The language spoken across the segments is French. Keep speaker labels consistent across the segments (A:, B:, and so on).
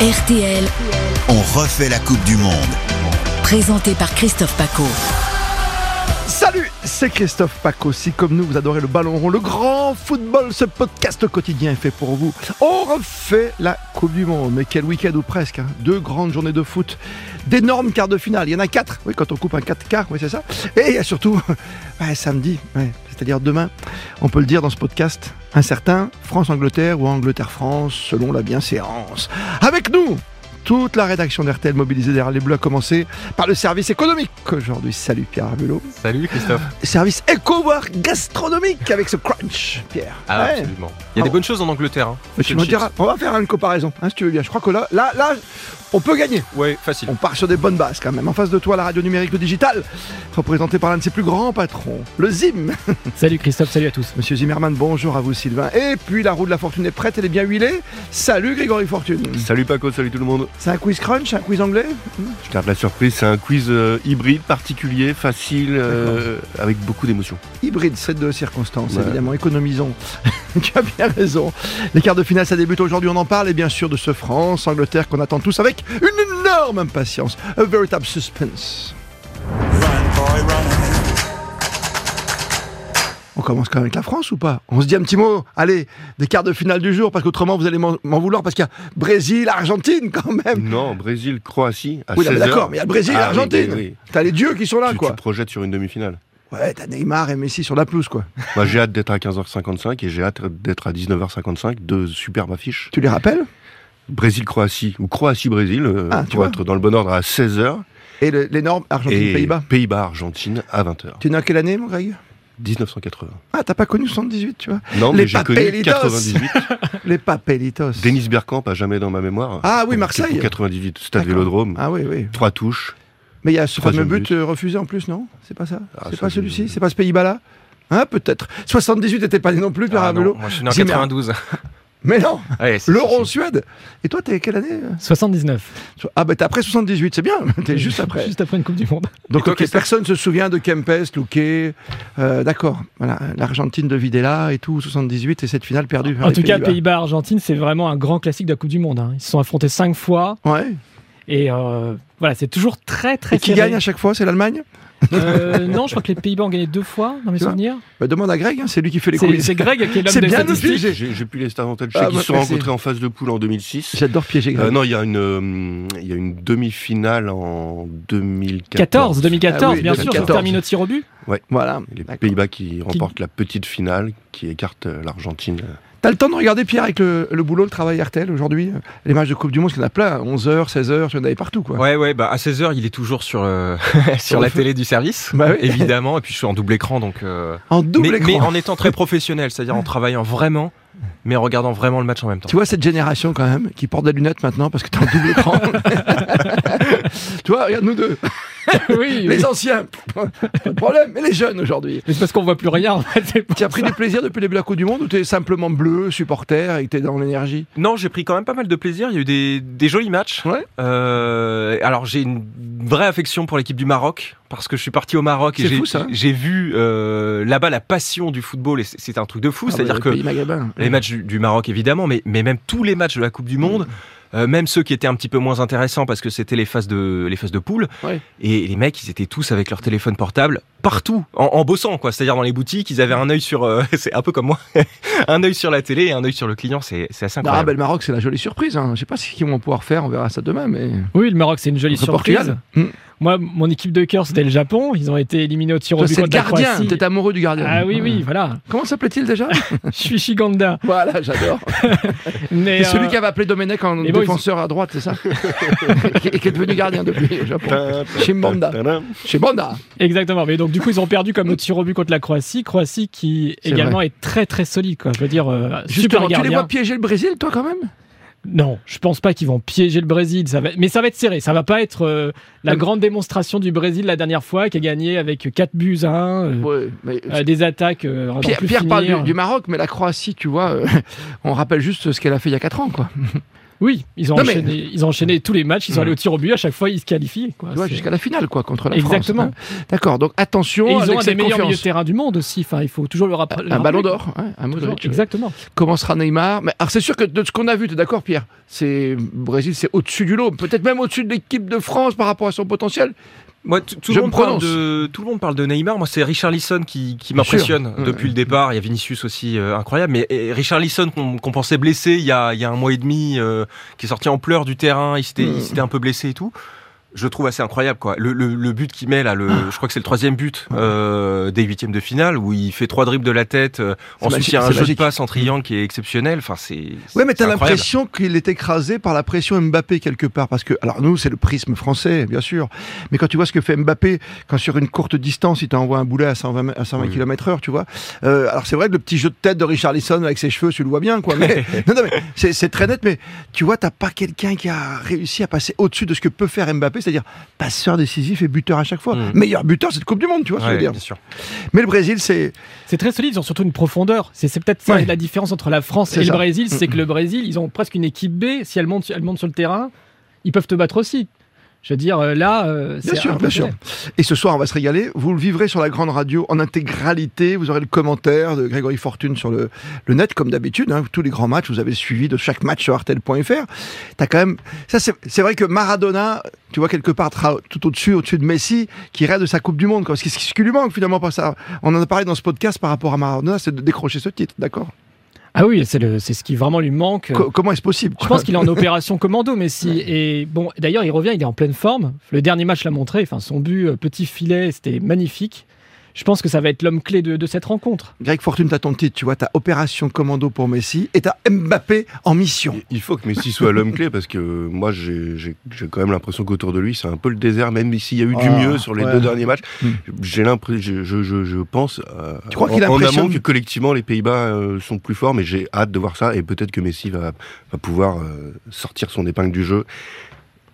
A: RTL,
B: On refait la Coupe du Monde.
A: présenté par Christophe Paco.
C: Salut, c'est Christophe Paco. Si comme nous, vous adorez le ballon rond, le grand football, ce podcast quotidien est fait pour vous. On refait la Coupe du Monde. Mais quel week-end ou presque. hein. Deux grandes journées de foot, d'énormes quarts de finale. Il y en a quatre. Oui, quand on coupe un quatre quarts, oui, c'est ça. Et il y a surtout ouais, samedi, ouais, c'est-à-dire demain, on peut le dire dans ce podcast, un certain France-Angleterre ou Angleterre-France, selon la bienséance. Avec nous toute la rédaction d'RTL mobilisée derrière les bleus, à commencer par le service économique aujourd'hui. Salut Pierre Arbulot.
D: Salut Christophe.
C: Service éco-work gastronomique avec ce crunch, Pierre.
D: Ah,
C: Ouais.
D: absolument. Il
C: Ah
D: y a des
C: bon.
D: bonnes choses en Angleterre. hein.
C: Mais tu
D: Potato
C: me
D: chips.
C: diras, on va faire une comparaison, hein, si tu veux bien. Je crois que là, là, là, on peut gagner.
D: Ouais, facile.
C: On part sur des bonnes bases quand même. En face de toi, la radio numérique, le digital, représenté par l'un de ses plus grands patrons, le Zim.
E: Salut Christophe, salut à tous.
C: Monsieur Zimmerman, bonjour à vous Sylvain. Et puis la roue de la fortune est prête, elle est bien huilée. Salut Grégory Fortune.
F: Salut Paco, salut tout le monde.
C: C'est un quiz crunch, un quiz anglais
F: Je garde la surprise, c'est un quiz euh, hybride, particulier, facile, euh, avec beaucoup d'émotions.
C: hybride, cette de circonstances,
F: Ouais.
C: évidemment. Économisons. tu as bien raison. Les quarts de finale, ça débute aujourd'hui. On en parle, et bien sûr, de ce France-Angleterre qu'on attend tous avec une énorme impatience. A véritable suspense. On commence quand même avec la France ou pas On se dit un petit mot, allez, des quarts de finale du jour, parce qu'autrement vous allez m'en m'en vouloir, parce qu'il y a Brésil, Argentine quand même.
F: Non, Brésil, Croatie, Mm, à
C: Oui, non, mais
F: 16 heures.
C: d'accord, mais il y a le Brésil et
F: Ah, oui,
C: l'Argentine.
F: oui, oui.
C: T'as les dieux qui sont là,
F: Tu, tu
C: quoi.
F: te projettes sur une demi-finale.
C: Ouais, t'as Neymar et Messi sur la pelouse, quoi.
F: Moi, j'ai hâte d'être à 15h55 et j'ai hâte d'être à 19h55. Deux superbes affiches.
C: Tu les rappelles
F: Brésil-Croatie ou Croatie-Brésil, euh,
C: Ah, tu
F: pour
C: vois.
F: être dans le bon ordre à 16h.
C: Et le- l'énorme
F: Et
C: Argentine-Pays-Bas.
F: Pays-Bas-Argentine à 20h.
C: Tu n'as quelle année, mon Greg
F: 1980.
C: Ah, t'as pas connu 78, tu vois.
F: Non,
C: Les
F: mais j'ai connu
C: Papelitos.
F: 98.
C: Les Papelitos.
F: Denis Bergkamp, à jamais dans ma mémoire.
C: Ah oui, Marseille.
F: Ou 98, Stade
C: D'accord.
F: Vélodrome.
C: Ah oui, oui.
F: Trois touches.
C: Mais il y a ce fameux
F: Troisième
C: but
F: but.
C: euh, refusé en plus, non C'est pas ça
F: Ah,
C: C'est
F: ça,
C: pas
F: je-
C: celui-ci C'est pas ce Pays-Bas là Hein, peut-être. 78 n'était pas né non plus, Pierre
D: Ah non,
C: Ravelot.
D: moi je suis né en
C: Zimmer.
D: 92.
C: Mais non
D: Ouais, si, si,
C: L'euro en
D: si.
C: Suède Et toi, t'es quelle année euh
E: 79.
C: So- Ah, bah t'es après 78, c'est bien T'es juste après.
E: Juste après une Coupe du Monde.
C: Donc,
D: Et toi,
C: ok,
D: Christophe
C: personne se souvient de Kempes, Luque, euh, d'accord. Voilà, l'Argentine de Videla et tout, 78 et cette finale perdue. par
E: en
C: les
E: tout cas,
C: Pays-Bas.
E: Pays-Bas-Argentine, c'est vraiment un grand classique de la Coupe du Monde. hein. Ils se sont affrontés cinq fois
C: Ouais.
E: et euh, voilà, c'est toujours très très
C: Et qui
E: serré.
C: gagne à chaque fois C'est l'Allemagne
E: Euh, Non, je crois que les Pays-Bas ont gagné deux fois dans mes
C: Tu vois
E: souvenirs.
C: Bah, Demande à Greg, hein, c'est lui qui fait les
E: C'est
C: quiz.
E: c'est Greg qui est l'homme
C: C'est
E: des
C: bien le
E: statistiques.
C: J'ai-
F: J'ai j'ai plus les stars en tête. Je
C: Ah,
F: sais qu'ils
C: bah,
F: se sont
C: merci.
F: rencontrés en phase de poule en 2006.
C: J'adore piéger Greg.
F: Euh, non, il y a une, euh, il y a une demi-finale en 2014.
E: 14, 2014,
C: Ah oui,
E: bien sûr,
C: 2014.
E: ça termine au tir au but.
C: Voilà.
F: Et Les
C: D'accord.
F: Pays-Bas qui remportent la petite finale, qui écarte euh, l'Argentine.
C: T'as le temps de regarder Pierre avec le, le boulot, le travail RTL aujourd'hui euh, Les matchs de Coupe du Monde, il y en a plein, 11h, 16h, il y en avait partout quoi.
D: Ouais, ouais, bah à 16h, il est toujours sur, euh, sur
C: le
D: la
C: feu.
D: télé du service.
C: Bah oui.
D: Évidemment, et puis je suis en double écran donc. euh,
C: En double
D: mais,
C: écran.
D: mais en étant très professionnel, c'est-à-dire en travaillant vraiment, mais en regardant vraiment le match en même temps.
C: Tu vois cette génération quand même qui porte des lunettes maintenant parce que t'es en double écran. tu vois, regarde nous deux,
E: oui, oui.
C: les anciens, pas de problème, mais les jeunes aujourd'hui.
E: Mais c'est parce qu'on voit plus rien en fait. c'est pour
C: Tu as pris
E: ça.
C: du plaisir depuis les début de la Coupe du Monde ou t'es simplement bleu, supporter et que t'es dans l'énergie
D: Non, j'ai pris quand même pas mal de plaisir. Il y a eu des, des jolis matchs.
C: Ouais.
D: Euh, alors j'ai une vraie affection pour l'équipe du Maroc parce que je suis parti au Maroc et
C: C'est
D: j'ai-
C: fou, ça. hein.
D: j'ai vu euh, là-bas la passion du football. et c'est- C'est un truc de fou.
C: Ah,
D: C'est-à-dire
C: bah,
D: que
C: le pays maghrébin.
D: les matchs du, du Maroc évidemment, mais, mais même tous les matchs de la Coupe du Monde, euh, même ceux qui étaient un petit peu moins intéressants parce que c'était les phases de les phases de poule.
C: Ouais.
D: Et les mecs, ils étaient tous avec leur téléphone portable partout, en, en bossant quoi. C'est-à-dire dans les boutiques, ils avaient un œil sur, euh, c'est un peu comme moi, un œil sur la télé et un œil sur le client. C'est c'est assez
C: Ah,
D: incroyable.
C: bah, le Maroc, c'est la jolie surprise. Hein. Je sais pas ce qu'ils vont pouvoir faire, on verra ça demain, mais.
E: Oui, le Maroc, c'est une jolie
C: Contre
E: surprise.
C: Portugal. Mm.
E: Moi, mon équipe de cœur, c'était le Japon. Ils ont été éliminés au tir au
C: Toi,
E: but
C: c'est le
E: contre la
C: gardien,
E: Croatie.
C: t'es amoureux du gardien.
E: Ah oui, oui, voilà.
C: Comment s'appelait-il déjà
E: Je suis Shiganda.
C: Voilà, j'adore.
E: Mais
C: C'est celui
E: euh,
C: qui avait appelé Domenech en
E: et bon,
C: défenseur à droite, c'est ça Et qui est devenu gardien depuis au Japon. Chez Banda.
F: Tadam.
C: Chez Banda.
E: Exactement. Mais donc, du coup, ils ont perdu comme au tir au but contre la Croatie. Croatie qui
C: C'est
E: également est très très solide, quoi. Je veux dire, euh, super
C: Justement, tu les
E: gardien.
C: vois piéger le Brésil, toi, quand même
E: Non, je pense pas qu'ils vont piéger le Brésil. Ça va... Mais ça va être serré. Ça va pas être euh, la
C: Non.
E: grande démonstration du Brésil la dernière fois qui a gagné avec 4 buts à 1.
C: Oui, mais...
E: des attaques. euh, à n'en
C: Pierre,
E: Euh, plus
C: Pierre parle
E: finir. Bah,
C: du, du Maroc, mais la Croatie, tu vois, euh, on rappelle juste ce qu'elle a fait il y a 4 ans, quoi.
E: Oui, ils ont,
C: Non, mais-
E: enchaîné, ils ont enchaîné tous les matchs, ils sont allés au tir au but, à chaque fois ils se qualifient. quoi.
C: Tu vois,
E: C'est-
C: jusqu'à la finale, quoi, contre la
E: Exactement.
C: France. hein. D'accord, donc attention
E: Et ils ont
C: avec
E: un des
C: cette
E: meilleurs milieux de
C: confiance.
E: terrain du monde aussi, enfin, il faut toujours le rapp- le rappeler.
C: Un ballon
E: quoi.
C: d'or, hein, un
E: Toujours,
C: Modric.
E: Exactement.
C: Commencera Neymar. Mais, alors c'est sûr que de ce qu'on a vu, tu es d'accord Pierre C'est Brésil, c'est au-dessus du lot, peut-être même au-dessus de l'équipe de France par rapport à son potentiel.
D: Moi, tout tout
C: Je
D: le monde
C: me
D: parle
C: prononce.
D: de tout le monde parle de Neymar. Moi, c'est Richard Lisson qui, qui
C: Bien sûr. Euh,
D: m'impressionne
C: Ouais,
D: depuis le départ. Il y a Vinicius aussi euh, incroyable, mais et Richard Lisson qu'on qu'on pensait blessé il y a il y a un mois et demi, euh, qui est sorti en pleurs du terrain. Il s'était
C: Mm.
D: il s'était un peu blessé et tout. Je le trouve assez incroyable quoi. Le, le- le but qu'il met là,
C: Ah.
D: le, je crois que c'est le troisième but euh, des huitièmes de finale où il fait trois dribbles de la tête. euh,
C: C'est
D: ensuite,
C: magique,
D: il y a un
C: c'est
D: jeu
C: magique.
D: de passe en triangle qui est exceptionnel. Enfin, c'est
C: Ouais, mais
D: c'est
C: t'as
D: incroyable.
C: l'impression qu'il est écrasé par la pression Mbappé quelque part. Parce que, alors nous, c'est le prisme français, bien sûr. Mais quand tu vois ce que fait Mbappé, quand sur une courte distance, il t'envoie un boulet à 120, à 120
D: Oui.
C: km heure, tu vois. Euh, alors c'est vrai que le petit jeu de tête de Richard Lisson avec ses cheveux, tu le vois bien, quoi. Mais, non, non, mais c'est, c'est très net, mais tu vois, t'as pas quelqu'un qui a réussi à passer au-dessus de ce que peut faire Mbappé, c'est-à-dire passeur décisif et buteur à chaque fois.
D: Mm.
C: Meilleur buteur, c'est de Coupe du Monde, tu vois ce que
D: Ouais,
C: je veux
D: bien
C: dire.
D: sûr.
C: Mais le Brésil, c'est.
E: C'est très solide, ils ont surtout une profondeur. C'est c'est peut-être ça
C: Ouais.
E: la différence entre la France
C: C'est
E: et
C: ça.
E: le Brésil, c'est que le Brésil, ils ont presque une équipe B. Si elle monte, elle monte sur le terrain, ils peuvent te battre aussi. Je veux dire, euh, là,
C: Bien
E: euh, c'est
C: sûr, bien sûr.
E: impressionnant.
C: Et ce soir, on va se régaler. Vous le vivrez sur la grande radio en intégralité. Vous aurez le commentaire de Grégory Fortune sur le, le net, comme d'habitude. hein. Tous les grands matchs, vous avez le suivi de chaque match sur artel.fr. T'as quand même. Ça, c'est c'est vrai que Maradona, tu vois, quelque part, tra- tout au-dessus, au-dessus de Messi, qui rêve de sa Coupe du Monde. quoi. Parce que ce qui lui manque, finalement, pas ça. On en a parlé dans ce podcast par rapport à Maradona, c'est de décrocher ce titre, d'accord
E: Ah oui, c'est le- c'est ce qui vraiment lui manque.
C: Co- Comment est-ce possible
E: Euh, Je pense qu'il est en opération commando, Messi. Et bon, d'ailleurs, il revient, il est en pleine forme. Le dernier match l'a montré. Enfin, son but, euh, petit filet, c'était magnifique. Je pense que ça va être l'homme clé de, de cette rencontre.
C: Greg Fortune, t'as ton titre, tu vois, t'as Opération Commando pour Messi et t'as Mbappé en mission.
F: Il- Il faut que Messi soit l'homme clé parce que euh, moi j'ai j'ai- j'ai quand même l'impression qu'autour de lui c'est un peu le désert même s'il y a eu du
C: Ah,
F: mieux sur les
C: ouais.
F: deux derniers matchs.
C: Hmm.
F: J'ai l'impression, je, je, je- je pense euh,
C: Tu crois
F: en,
C: qu'il
F: en
C: impressionne
F: amont que collectivement les Pays-Bas euh, sont plus forts mais j'ai hâte de voir ça et peut-être que Messi va, va pouvoir euh, sortir son épingle du jeu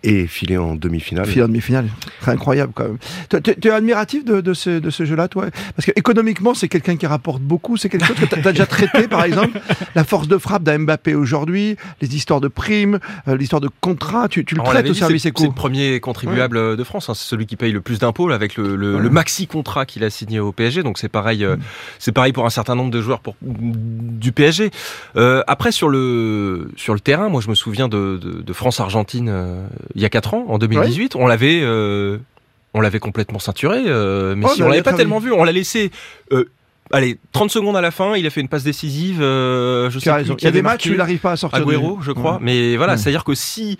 F: et filer en
D: Ah
F: demi-finale.
C: Finale, demi-finale. Très incroyable, quand même. Toi, T'es t'es admiratif de, de ce, de ce jeu-là, toi Parce que économiquement, c'est quelqu'un qui rapporte beaucoup. C'est quelque chose que t'as t'as déjà traité, par exemple. La force de frappe d'un Mbappé aujourd'hui, les histoires de primes, euh, l'histoire de contrat. Tu, tu le
D: On
C: traites
D: l'avait
C: au
D: dit,
C: service
D: c'est- C'est
C: éco.
D: le premier contribuable euh, de France, hein, c'est celui qui paye le plus d'impôts là, avec le, le-
C: Ouais. Mm.
D: le maxi contrat qu'il a signé au PSG. Donc c'est pareil, euh, c'est pareil pour un certain nombre de joueurs pour, du PSG. Euh, après sur le sur le terrain, moi je me souviens de, de- de France Argentine il y a quatre ans, en 2018, on l'avait. euh, on l'avait complètement ceinturé, euh, mais
C: Oh,
D: si
C: bah,
D: on
C: il
D: l'avait
C: a
D: pas
C: travaillé.
D: tellement vu, on l'a laissé. euh, allez, 30 secondes à la fin, il a fait une passe décisive. euh, je
C: Tu
D: sais
C: as
D: plus
C: raison.
D: qui
C: Il y a
D: avait
C: des matchs
D: marqué.
C: où il n'arrive pas à sortir. du-
D: Agüero, je crois.
C: Ah Ouais.
D: Mais voilà,
C: Ouais.
D: c'est-à-dire que si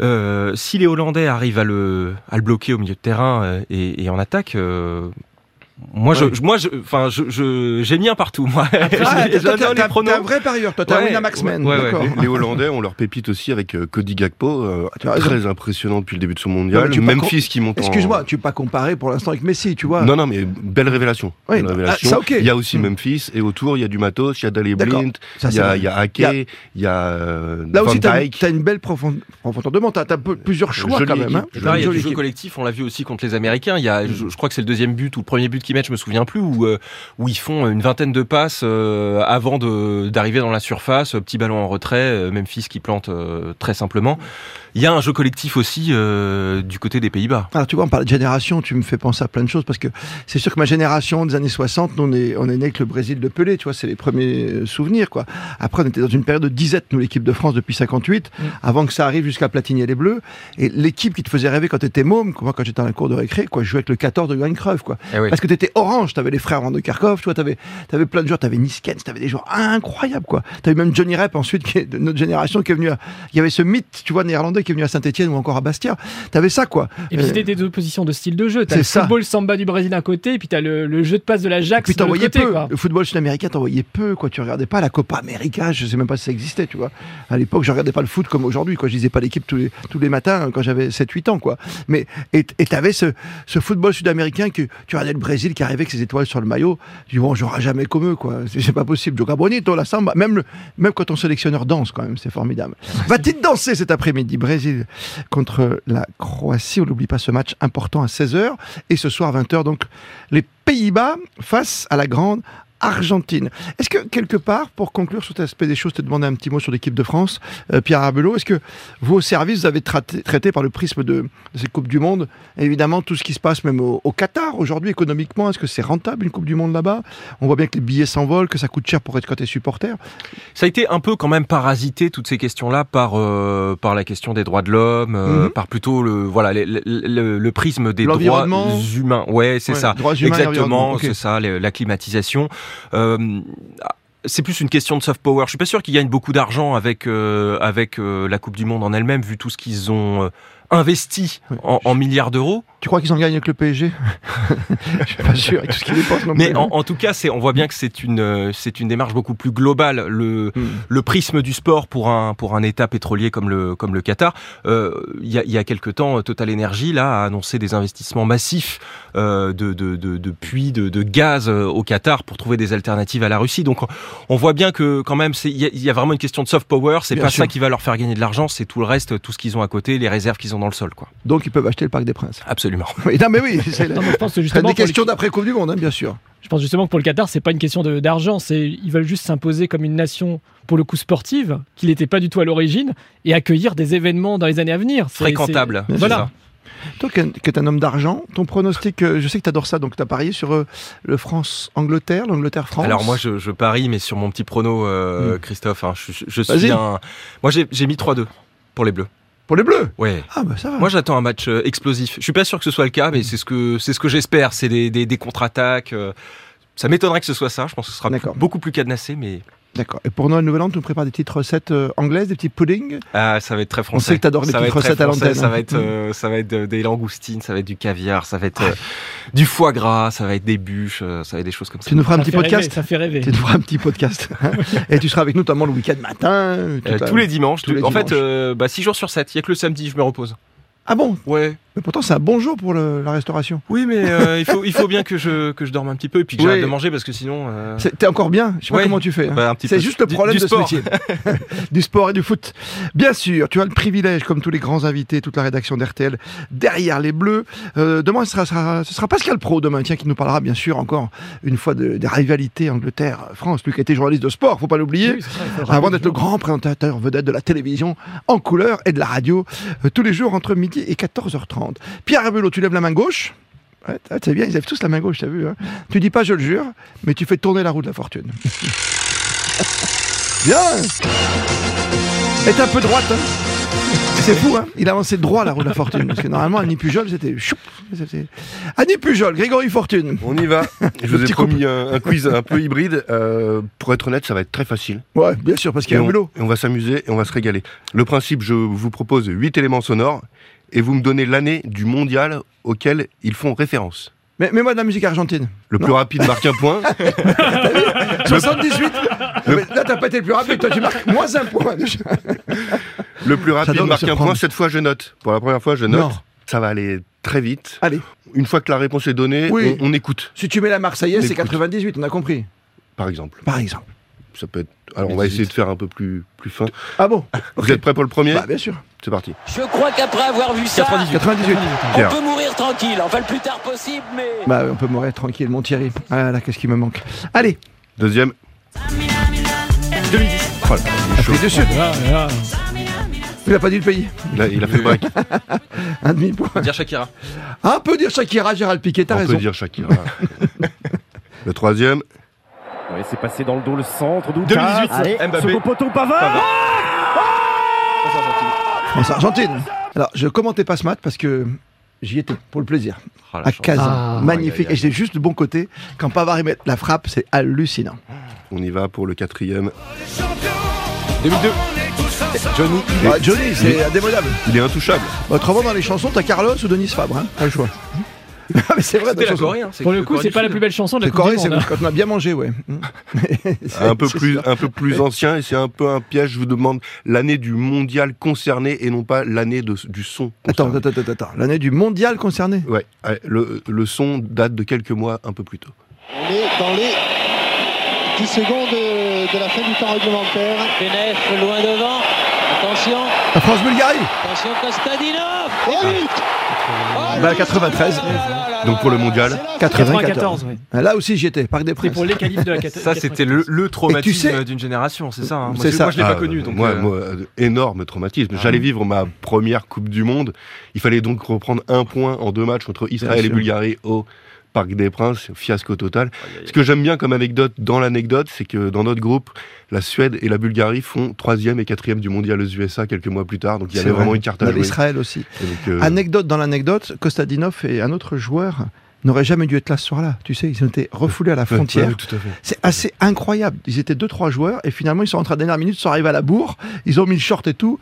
D: euh, si les Hollandais arrivent à le à le bloquer au milieu de terrain euh, et, et en attaque. euh, moi,
C: Ouais.
D: je, je- moi, je, enfin, je, je, j'ai mis un partout, moi.
C: Ah, t'es-
D: J'ai-
C: t'es-
D: j'adore
C: t'es-
D: les
C: t'es-
D: pronos.
C: t'es un vrai parieur, toi. T'es un
D: Ouais,
C: Winamax Maxman.
D: ouais, ouais.
C: D'accord.
F: Les, les Hollandais ont leur pépite aussi avec euh, Cody Gakpo, euh,
C: Ah, Tu as raison.
F: très impressionnant depuis le début de son
C: Non,
F: mondial.
C: mais tu peux pas
F: Memphis qui monte en-
C: Excuse-moi, tu peux pas comparer pour l'instant avec Messi, tu vois.
F: Non, non, mais belle révélation.
C: Oui,
F: Belle
C: bah,
F: révélation.
C: ah, ça, ok.
F: Il y a aussi
C: Mm.
F: Memphis, et autour, il y a du matos, il y a Daley
C: D'accord.
F: Blind,
C: Ça,
F: il
C: c'est
F: y a,
C: vrai.
F: il y a Ake, il y a, euh,
C: Là aussi,
F: Van
C: t'as
F: Dijk.
C: t'as une belle profonde- profondeur de mental. T'as peu- plusieurs choix
F: Jolie
C: quand même. hein.
F: équipe.
D: Et
C: T'as une
D: pareil, il y a
C: jolie
D: du jeu
C: équipe.
D: collectif, on l'a vu aussi contre les Américains. Il y
C: Mm.
D: a, je, je crois que c'est le deuxième but ou le premier but qu'ils mettent, je me souviens plus, où, euh, où ils font une vingtaine de passes euh, avant de- d'arriver dans la surface, euh, petit ballon en retrait, euh, Memphis qui plante euh, très simplement. Il y a un jeu collectif aussi euh, du côté des Pays-Bas.
C: Alors tu vois, on parle de génération, tu me fais penser à plein de choses parce que c'est sûr que ma génération des années 60, nous, on est, on est né avec le Brésil de Pelé, tu vois, c'est les premiers euh, souvenirs quoi. Après on était dans une période de disette, nous l'équipe de France depuis 58,
E: Mm.
C: avant que ça arrive jusqu'à Platini et les Bleus. Et l'équipe qui te faisait rêver quand t'étais môme, quoi, moi quand j'étais dans la cour de récré, quoi, je jouais avec le 14 de Johan Cruyff quoi.
D: Eh oui.
C: Parce que t'étais orange, t'avais les frères Van de Kerkhoff, tu vois, t'avais, t'avais plein de joueurs, t'avais Niskens, t'avais des joueurs incroyables, quoi. T'avais même Johnny Rep ensuite, qui est de notre génération, qui est venu à, il y avait ce mythe, tu vois, néerlandais qui est venu à Saint-Etienne ou encore à Bastia. T'avais ça, quoi.
E: Et puis
C: Euh,
E: c'était des oppositions de style de jeu. T'as
C: c'est
E: le
C: ça.
E: football samba du Brésil d'un côté, et puis t'as le, le jeu de passe de l'Ajax
C: Puis
E: de
C: t'en
E: l'autre
C: voyais
E: côté.
C: peu.
E: quoi.
C: Le football sud-américain, t'en voyais peu, quoi. Tu regardais pas la Copa América, je sais même pas si ça existait, tu vois. À l'époque, je regardais pas le foot comme aujourd'hui, quoi. Je lisais pas l'équipe tous les, tous les matins hein, quand j'avais 7-8 ans, quoi. Mais, et et t'avais ce, ce football sud-américain que tu regardais le Brésil qui arrivait avec ses étoiles sur le maillot. Tu dis, bon, j'aurai jamais comme eux, quoi. C'est c'est pas possible. Joga bonito, la samba. Même, le- même quand ton sélectionneur danse, quand même, c'est formidable. Va-t-il danser cet après-midi? Brésil contre la Croatie. On n'oublie pas ce match important à 16h. Et ce soir, 20h, donc, les Pays-Bas face à la grande Argentine. Est-ce que quelque part, pour conclure sur cet aspect des choses, je te demander un petit mot sur l'équipe de France, euh, Pierre Arbelot, est-ce que vous au service, vous avez traité, traité par le prisme de, de cette Coupe du Monde, évidemment tout ce qui se passe même au, au Qatar aujourd'hui économiquement, est-ce que c'est rentable une Coupe du Monde là-bas On voit bien que les billets s'envolent, que ça coûte cher pour être côté supporter.
D: Ça a été un peu quand même parasité toutes ces questions-là par euh, par la question des droits de l'homme, euh,
C: Mhm.
D: par plutôt le voilà le, le- le- le prisme des droits
C: L'environnement.
D: humains. Ouais, c'est
C: Ouais,
D: ça.
C: droits humains et
D: Exactement,
C: environnement, ok.
D: c'est ça, les- la climatisation. Euh, c'est plus une question de soft power. Je suis pas sûr qu'ils gagnent beaucoup d'argent avec euh, avec euh, la Coupe du Monde en elle-même, vu tout ce qu'ils ont euh, investi
C: Oui.
D: en, en milliards d'euros.
C: Tu crois qu'ils en gagnent avec le PSG Je suis pas sûr, avec tout ce qu'ils dépensent non
D: Mais
C: plus.
D: en, en tout cas, c'est on voit bien que c'est une euh, c'est une démarche beaucoup plus globale. Le
C: Mm.
D: le prisme du sport pour un pour un État pétrolier comme le comme le Qatar. Euh, Il y a il y a quelque temps, Total Energy là a annoncé des investissements massifs euh, de, de de de puits de, de gaz euh, au Qatar pour trouver des alternatives à la Russie. Donc on voit bien que quand même c'est il y, a- il y a vraiment une question de soft power. C'est
C: Bien
D: pas
C: sûr.
D: ça qui va leur faire gagner de l'argent, c'est tout le reste, tout ce qu'ils ont à côté, les réserves qu'ils ont dans le sol quoi.
C: Donc ils peuvent acheter le Parc des Princes.
D: Absolument.
C: Oui, non mais oui, c'est la-
E: Non, mais je pense que
C: c'est
E: justement
C: des
E: pour
C: questions d'après Coupe du Monde, hein, bien sûr.
E: Je pense justement que pour le Qatar, c'est pas une question de- d'argent, c'est ils veulent juste s'imposer comme une nation pour le coup sportive, qui n'était pas du tout à l'origine, et accueillir des événements dans les années à venir. C'est-
D: Fréquentable.
E: c'est-
D: c'est
E: Voilà.
D: ça.
C: Toi qui qui es un homme d'argent, ton pronostic, euh, je sais que tu adores ça, donc tu as parié sur euh, le France-Angleterre, l'Angleterre-France.
D: Alors moi je, je parie mais sur mon petit prono euh, Christophe, hein, je, je- je
C: Vas-y.
D: suis un... Moi j'ai j'ai mis 3-2 pour les Bleus.
C: Pour les Bleus
D: Ouais.
C: Ah bah ça va.
D: Moi j'attends un match euh, explosif. Je suis pas sûr que ce soit le cas mais c'est ce que c'est ce que j'espère. C'est des, des, des contre-attaques. euh, Ça m'étonnerait que ce soit ça. Je pense que ce sera plus-
C: D'accord.
D: beaucoup plus cadenassé mais
C: D'accord. Et pour Noël Nouvel An, tu nous prépares des petites recettes euh, anglaises, des petits puddings
D: ah, ça va être très français.
C: sait que t'adores les
D: Ça va
C: petites
D: être très
C: recettes à
D: français,
C: l'antenne,
D: Ça
C: hein.
D: va être euh, ça va être euh, des langoustines, ça va être du caviar, ça va être euh, du foie gras, ça va être des bûches, euh, ça va être des choses comme ça.
C: Tu nous feras
E: Ça
C: un petit
E: fait rêver,
C: podcast
E: ça fait rêver.
C: Tu nous feras un petit podcast. hein. Et tu seras avec nous notamment le week-end matin. euh,
D: Euh,
C: tout à-
D: tous les dimanches.
C: tous les
D: en
C: dimanches.
D: fait, euh, bah, 6 jours sur 7. Il y a que le samedi, je me repose.
C: Ah bon
D: Ouais.
C: Mais pourtant c'est un bon jour pour le- la restauration.
D: Oui, mais euh, il, faut, il faut bien que je, que je dorme un petit peu et puis que
C: Oui.
D: j'arrête de manger parce que sinon. euh,
C: C'est- T'es encore bien Je sais pas
D: Ouais.
C: comment tu fais. hein.
D: bah, un petit
C: C'est
D: peu
C: juste le
D: du-
C: problème
D: du
C: de
D: sport.
C: ce métier. du sport et du foot. Bien sûr, tu as le privilège, comme tous les grands invités, toute la rédaction d'RTL, derrière les Bleus. Euh, demain, ce sera, sera- ce sera Pascal Pro, demain, tiens, qui nous parlera, bien sûr, encore une fois, de- des rivalités Angleterre-France. Lui qui était journaliste de sport, faut pas l'oublier.
E: Oui, c'est ça, il faut le
C: Avant
E: rappeler,
C: d'être le grand présentateur vedette de la télévision en couleur et de la radio, euh, tous les jours entre midi et 14h30. Pierre Abelot, tu lèves la main gauche. Ouais, t- ah, c'est bien, ils lèvent tous la main gauche, t'as vu. hein. tu dis pas je le jure, mais tu fais tourner la roue de la fortune. bien Et t'es un peu droite, hein. C'est fou, hein Il a avancé droit la roue de la fortune. Parce que normalement, Annie Pujol, c'était. choup, c'était- Annie Pujol, Grégory Fortune.
F: On y va. Je
C: Le
F: vous ai
C: petit
F: promis un, un quiz un peu hybride. Euh, pour être honnête, ça va être très facile.
C: Ouais, bien sûr, parce qu'il y
F: et
C: a un
F: on,
C: mulot.
F: et on va s'amuser et on va se régaler. Le principe, je vous propose huit éléments sonores et vous me donnez l'année du mondial auquel ils font référence.
C: Mais mets-moi de la musique argentine.
F: Le plus rapide marque un point.
C: 78 Mais Là, t'as pas été le plus rapide, toi, tu marques moins un point.
F: Le plus rapide
C: J'adore me
F: marque un
C: surprendre.
F: point. Cette fois, je note. Pour la première fois, je note.
C: Non.
F: Ça va aller très vite.
C: Allez.
F: Une fois que la réponse est donnée,
C: Oui.
F: on, on écoute,
C: Si tu mets la Marseillaise,
F: Mais
C: c'est
F: écoute.
C: 98, on a compris.
F: par exemple.
C: Par exemple.
F: Ça peut être. Alors, on va
D: 18.
F: essayer de faire un peu plus, plus fin.
C: Ah bon
F: Vous êtes prêts pour le premier
C: Bah, bien sûr.
F: C'est parti.
G: Je crois qu'après avoir vu ça,
C: 98.
G: on
F: Pierre.
G: peut mourir tranquille. Enfin, le plus tard possible, mais.
C: Bah, on peut mourir tranquille, mon Thierry. Ah là, qu'est-ce qui me manque Allez,
F: Deuxième.
D: 2010.
F: Voilà. Il est chaud.
C: pris dessus.
E: Ah, là, là.
C: Il a pas dit le pays.
F: Il a, il a fait le break.
C: Un demi-point.
D: Faut Dire Shakira.
C: Un peu dire Shakira, Gérald Piquet, t'as
F: on
C: raison.
F: peut dire Shakira. le troisième.
H: Ouais, c'est passé dans le dos le centre d'Ouka.
D: 2018,
H: Allez,
D: Mbappé.
H: second poteau Pavard.
C: France-Argentine. Alors, je commentais pas ce match parce que j'y étais, pour le plaisir.
D: Ah, la
C: À
D: chance.
C: Kazan.
E: Ah.
D: Aïe, aïe,
C: Magnifique.
D: aïe.
C: Et j'étais juste du bon côté. Quand Pavard y met la frappe, c'est hallucinant.
F: On y va pour le quatrième.
D: 2002. Johnny.
C: Ah, Johnny, c'est indémodable.
F: Il est intouchable.
C: Autrement, Bah, dans les chansons, t'as Carlos ou Denis Fabre. Hein pas le choix. Ah, mais c'est vrai, dans les
D: C'était la
C: chansons.
D: Corée. Hein,
E: Pour le coup,
D: Corée
E: c'est
D: du
E: pas la
D: Sud.
E: plus belle chanson de la
C: C'est
E: Coupe
C: Corée,
E: du
C: c'est
E: Monde, hein.
C: quand on a bien mangé, ouais. C'est-
F: Un peu,
C: c'est
F: plus,
C: sûr.
F: un peu plus ancien et c'est un peu un piège. Je vous demande l'année du mondial concerné et non pas l'année de- du son.
C: Attends,
F: concerné.
C: attends, attends, attends. L'année du mondial concerné
F: Ouais, ouais, le, le son date de quelques mois un peu plus tôt.
I: On est dans les 10 secondes de, de la fin du temps réglementaire.
G: Benef, loin devant. Attention,
C: La France-Bulgarie
G: attention Kostadinov Oh,
C: Bah, 93.
F: Donc pour le mondial.
E: 94, ouais.
C: Ah, Là aussi, j'étais, Parc des
E: C'est
C: Princes.
E: pour les qualifs de la cat-
D: Ça, c'était le, le traumatisme
C: sais-
D: d'une génération, c'est ça. hein. Moi,
C: C'est
D: je-
C: ça.
D: moi, je l'ai
F: Ah,
D: pas connu. Donc,
F: moi,
D: euh,
F: moi, euh, énorme traumatisme. J'allais vivre ma première Coupe du Monde. Il fallait donc reprendre un point en deux matchs contre Israël et
C: sûr.
F: Bulgarie au Parc des Princes. Fiasco total. Ce que j'aime bien comme anecdote dans l'anecdote, c'est que dans notre groupe, la Suède et la Bulgarie font troisième et quatrième du mondial aux USA quelques mois plus tard. Donc il y
C: C'est
F: avait
C: vrai.
F: vraiment une carte
C: Il y
F: à
C: avait
F: jouer.
C: Israël aussi.
F: Et donc, euh,
C: Anecdote dans l'anecdote, Kostadinov et un autre joueur n'auraient jamais dû être là ce soir-là. Tu sais, ils ont été refoulés à la
F: ouais,
C: frontière.
F: ouais, tout à fait.
C: C'est assez incroyable. Ils étaient deux trois joueurs et finalement ils sont rentrés à la dernière minute, ils sont arrivés à la bourre, ils ont mis le short et tout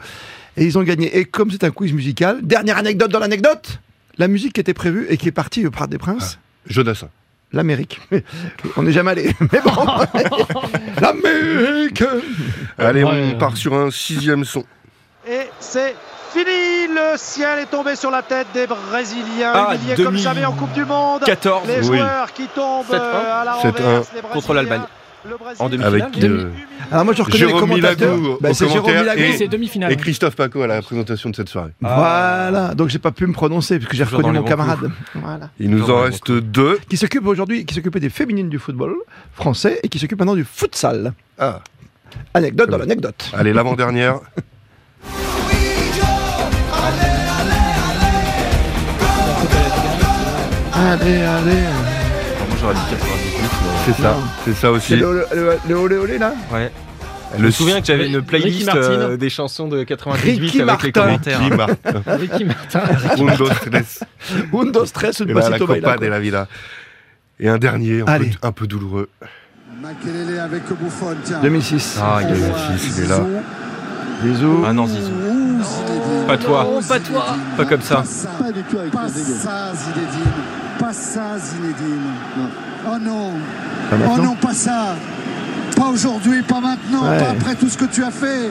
C: et ils ont gagné. Et comme c'est un quiz musical, dernière anecdote dans l'anecdote, la musique qui était prévue et qui est partie au Parc des Princes,
D: Ah.
F: Jodassin.
C: l'Amérique. On n'est jamais allé, mais bon, l'Amérique.
F: Allez,
E: Ouais,
F: on
E: euh,
F: part sur un sixième son.
I: Et c'est fini Le ciel est tombé sur la tête des Brésiliens,
D: Ah,
I: humiliés comme
D: 2000.
I: jamais en Coupe du Monde.
D: 14
I: Les
F: Oui.
I: joueurs qui tombent
D: 7-1.
I: euh, à la
F: 7-1
I: renverse, les
D: contre l'Allemagne.
I: Brésiliens, le Brésil
D: En demi-finale.
F: Avec
D: Demi-
F: euh,
C: Alors moi je reconnais
F: Jérôme
C: les commentateurs.
F: Milagou au
C: c'est Jérôme
F: commentaire
C: Milagou.
E: Ah Oui,
F: Et-
E: c'est demi-finale.
F: et Christophe Paco à la présentation de cette soirée.
C: Voilà, donc j'ai pas pu me prononcer parce que j'ai
D: Ah. Toujours dans
C: reconnu mon
D: les bons coups.
C: camarade. Voilà.
F: Il nous en
D: Toujours
F: reste deux.
C: Qui s'occupe aujourd'hui, qui s'occupait des féminines du football français et qui s'occupe maintenant du futsal.
F: Ah,
C: Anecdote dans
F: Ouais.
C: l'anecdote.
F: allez, l'avant-dernière.
C: Allez, allez.
D: moi, j'aurais dit euh, 98.
F: C'est ça,
C: Ah.
F: c'est ça aussi.
C: C'est le, le, le- le olé olé là
D: mais- Ouais.
F: Le
D: Je me souviens que j'avais une
E: Ricky
D: playlist
E: Martin.
D: euh, des chansons de 98
C: Ricky
D: avec les
C: Martin.
D: commentaires.
F: Ricky Martin.
E: Ricky Martin.
C: Ah,
F: Un, dos, tres.
C: Un, dos, tres, un
F: Eh ben, la
C: pasito baila,
F: Copa de
C: quoi.
F: la Villa. Et un dernier, un peu,
C: Allez. Ah,
F: un peu douloureux.
C: 2006.
D: Ah, il y a eu-
F: Fils, il est là.
C: Bisous.
D: Ah non, Zizou. Pas toi. Pas toi. Pas comme ça.
J: Oh
C: Pas Ah, maintenant.
J: pas ça. Pas aujourd'hui, pas maintenant,
C: Ouais.
J: pas après tout ce que tu as fait.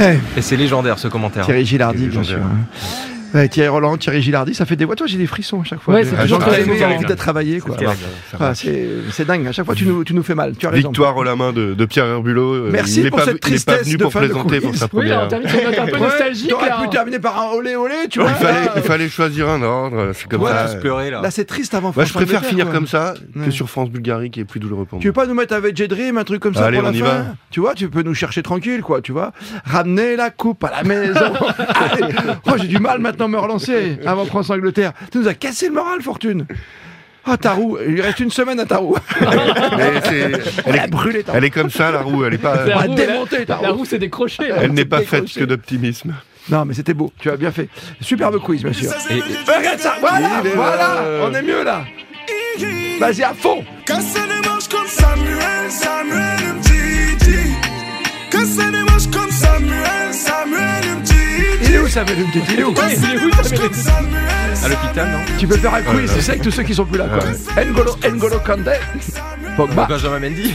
C: Eh,
D: Et c'est légendaire ce commentaire.
C: Thierry Gilardi,
F: Oh Thierry
C: bien sûr.
F: Gilardi.
C: hein. Ouais, Thierry Roland, Thierry Gilardi, ça fait des voix. Toi, j'ai des frissons à chaque fois. Ah,
E: Ouais, c'est
C: Les gens
E: toujours
C: que
E: très
C: t'aimes,
E: émouvant.
C: t'as envie de travailler, quoi.
D: Terrible.
C: Ah, c'est c'est dingue. À chaque fois, tu nous, tu nous fais mal. Tu as raison.
F: Victoire à la main de, de Pierre Herbulot. Euh,
C: Merci
F: il est
C: pour
F: pas,
C: cette
F: il est pas
C: tristesse
F: venu
C: de
F: pour
C: fin de
F: présenter pour
C: quiz.
F: sa
E: Oui,
F: première.
E: on termine sur une note un peu
C: Ouais,
E: nostalgique.
C: T'aurais
E: là,
C: pu
E: hein.
C: terminer par un olé olé, tu
F: il,
C: vois.
F: fallait,
C: là.
F: il fallait choisir un ordre, c'est comme
C: Voilà.
F: ça.
D: Se pleurer là.
C: Là, c'est triste avant hein.
F: Moi,
C: France.
F: je préfère finir
C: quoi.
F: comme ça
C: Ouais.
F: que sur France-Bulgarie qui est plus douloureux pour
C: Tu veux
F: moi.
C: pas nous mettre avec J-Dream, un truc comme ça
F: Allez,
C: pour la
F: on y
C: fin
F: va.
C: Tu vois, tu peux nous chercher tranquille, quoi, tu vois. Ramener la coupe à la maison. Allez. oh, j'ai du mal maintenant à me relancer avant France-Angleterre. Tu nous as cassé le moral, Fortune. Ah, Tarou, il reste une semaine à Tarou.
F: Mais c'est- elle,
C: Elle a
F: est,
C: brûlé Tarou.
F: elle est comme ça, la roue. Elle est
E: La
C: On
F: pas.
C: a
E: roue,
C: démonté
E: La
C: Tarou.
E: roue s'est décrochée. là.
F: Elle n'est pas
C: s'est
F: faite
C: décrochée.
F: que d'optimisme.
C: Non, mais c'était beau, tu as bien fait. Superbe quiz, monsieur.
D: Et- et-
C: Euh, regarde ça, voilà,
F: Il est là.
C: voilà, on est mieux là. Vas-y, à fond. Il est où, Samuel Umtiti Il est où
E: Il est où, ça, mais-
D: à l'hôpital, non
C: Tu peux faire un
F: Ouais,
C: quiz,
F: ouais.
C: c'est avec tous ceux qui sont plus là, quoi.
F: euh,
C: N'Golo, N'Golo Kanté, Pogba,
D: Benjamin Mendy.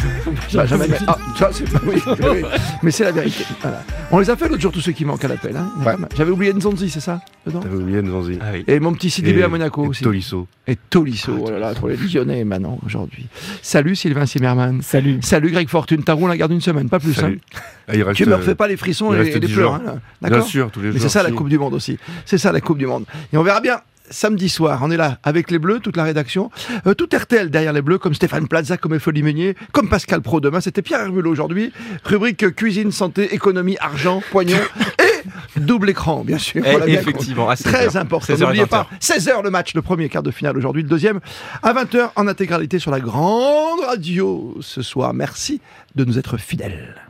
C: Bah, jamais. Ah, ça, c'est pas. Oui, oui, oui. Mais c'est la vérité. Voilà. On les a fait l'autre jour, tous ceux qui manquent à l'appel. hein.
F: Ouais.
C: J'avais oublié Nzonzi, c'est ça dedans
F: T'avais oublié Nzanzi.
D: Ah oui.
C: Et mon petit CDB à Monaco
F: et
C: aussi.
F: Tolisso. Ah,
C: Et Tolisso, oh là là, pour les Lyonnais maintenant, aujourd'hui. Salut Sylvain Zimmermann.
E: Salut.
C: Salut Greg Fortune. Ta roue, on la garde une semaine, pas plus.
F: Salut.
C: hein.
F: Ah, il reste,
C: Tu me
F: euh,
C: refais pas les frissons
F: il
C: et les,
F: reste
C: et les
F: dix
C: pleurs.
F: jours.
C: hein,
F: Bien
C: D'accord
F: sûr, tous les
C: Mais
F: jours.
C: c'est ça la
F: si.
C: Coupe du Monde aussi. C'est ça la Coupe du Monde. Et on verra bien. Samedi soir, on est là avec les Bleus, toute la rédaction, euh, tout RTL derrière les Bleus, comme Stéphane Plaza, comme Eupholie Meunier, comme Pascal Pro demain. C'était Pierre Herbulot aujourd'hui. Rubrique euh, cuisine, santé, économie, argent, poignon et double écran, bien sûr.
D: Eh,
C: Voilà, bien
D: effectivement, à 16
C: Très
D: heures.
C: important.
D: 16 heures et
C: N'oubliez
D: 20 heures.
C: pas, 16h le match, le premier quart de finale aujourd'hui, le deuxième à 20h en intégralité sur la grande radio ce soir. Merci de nous être fidèles.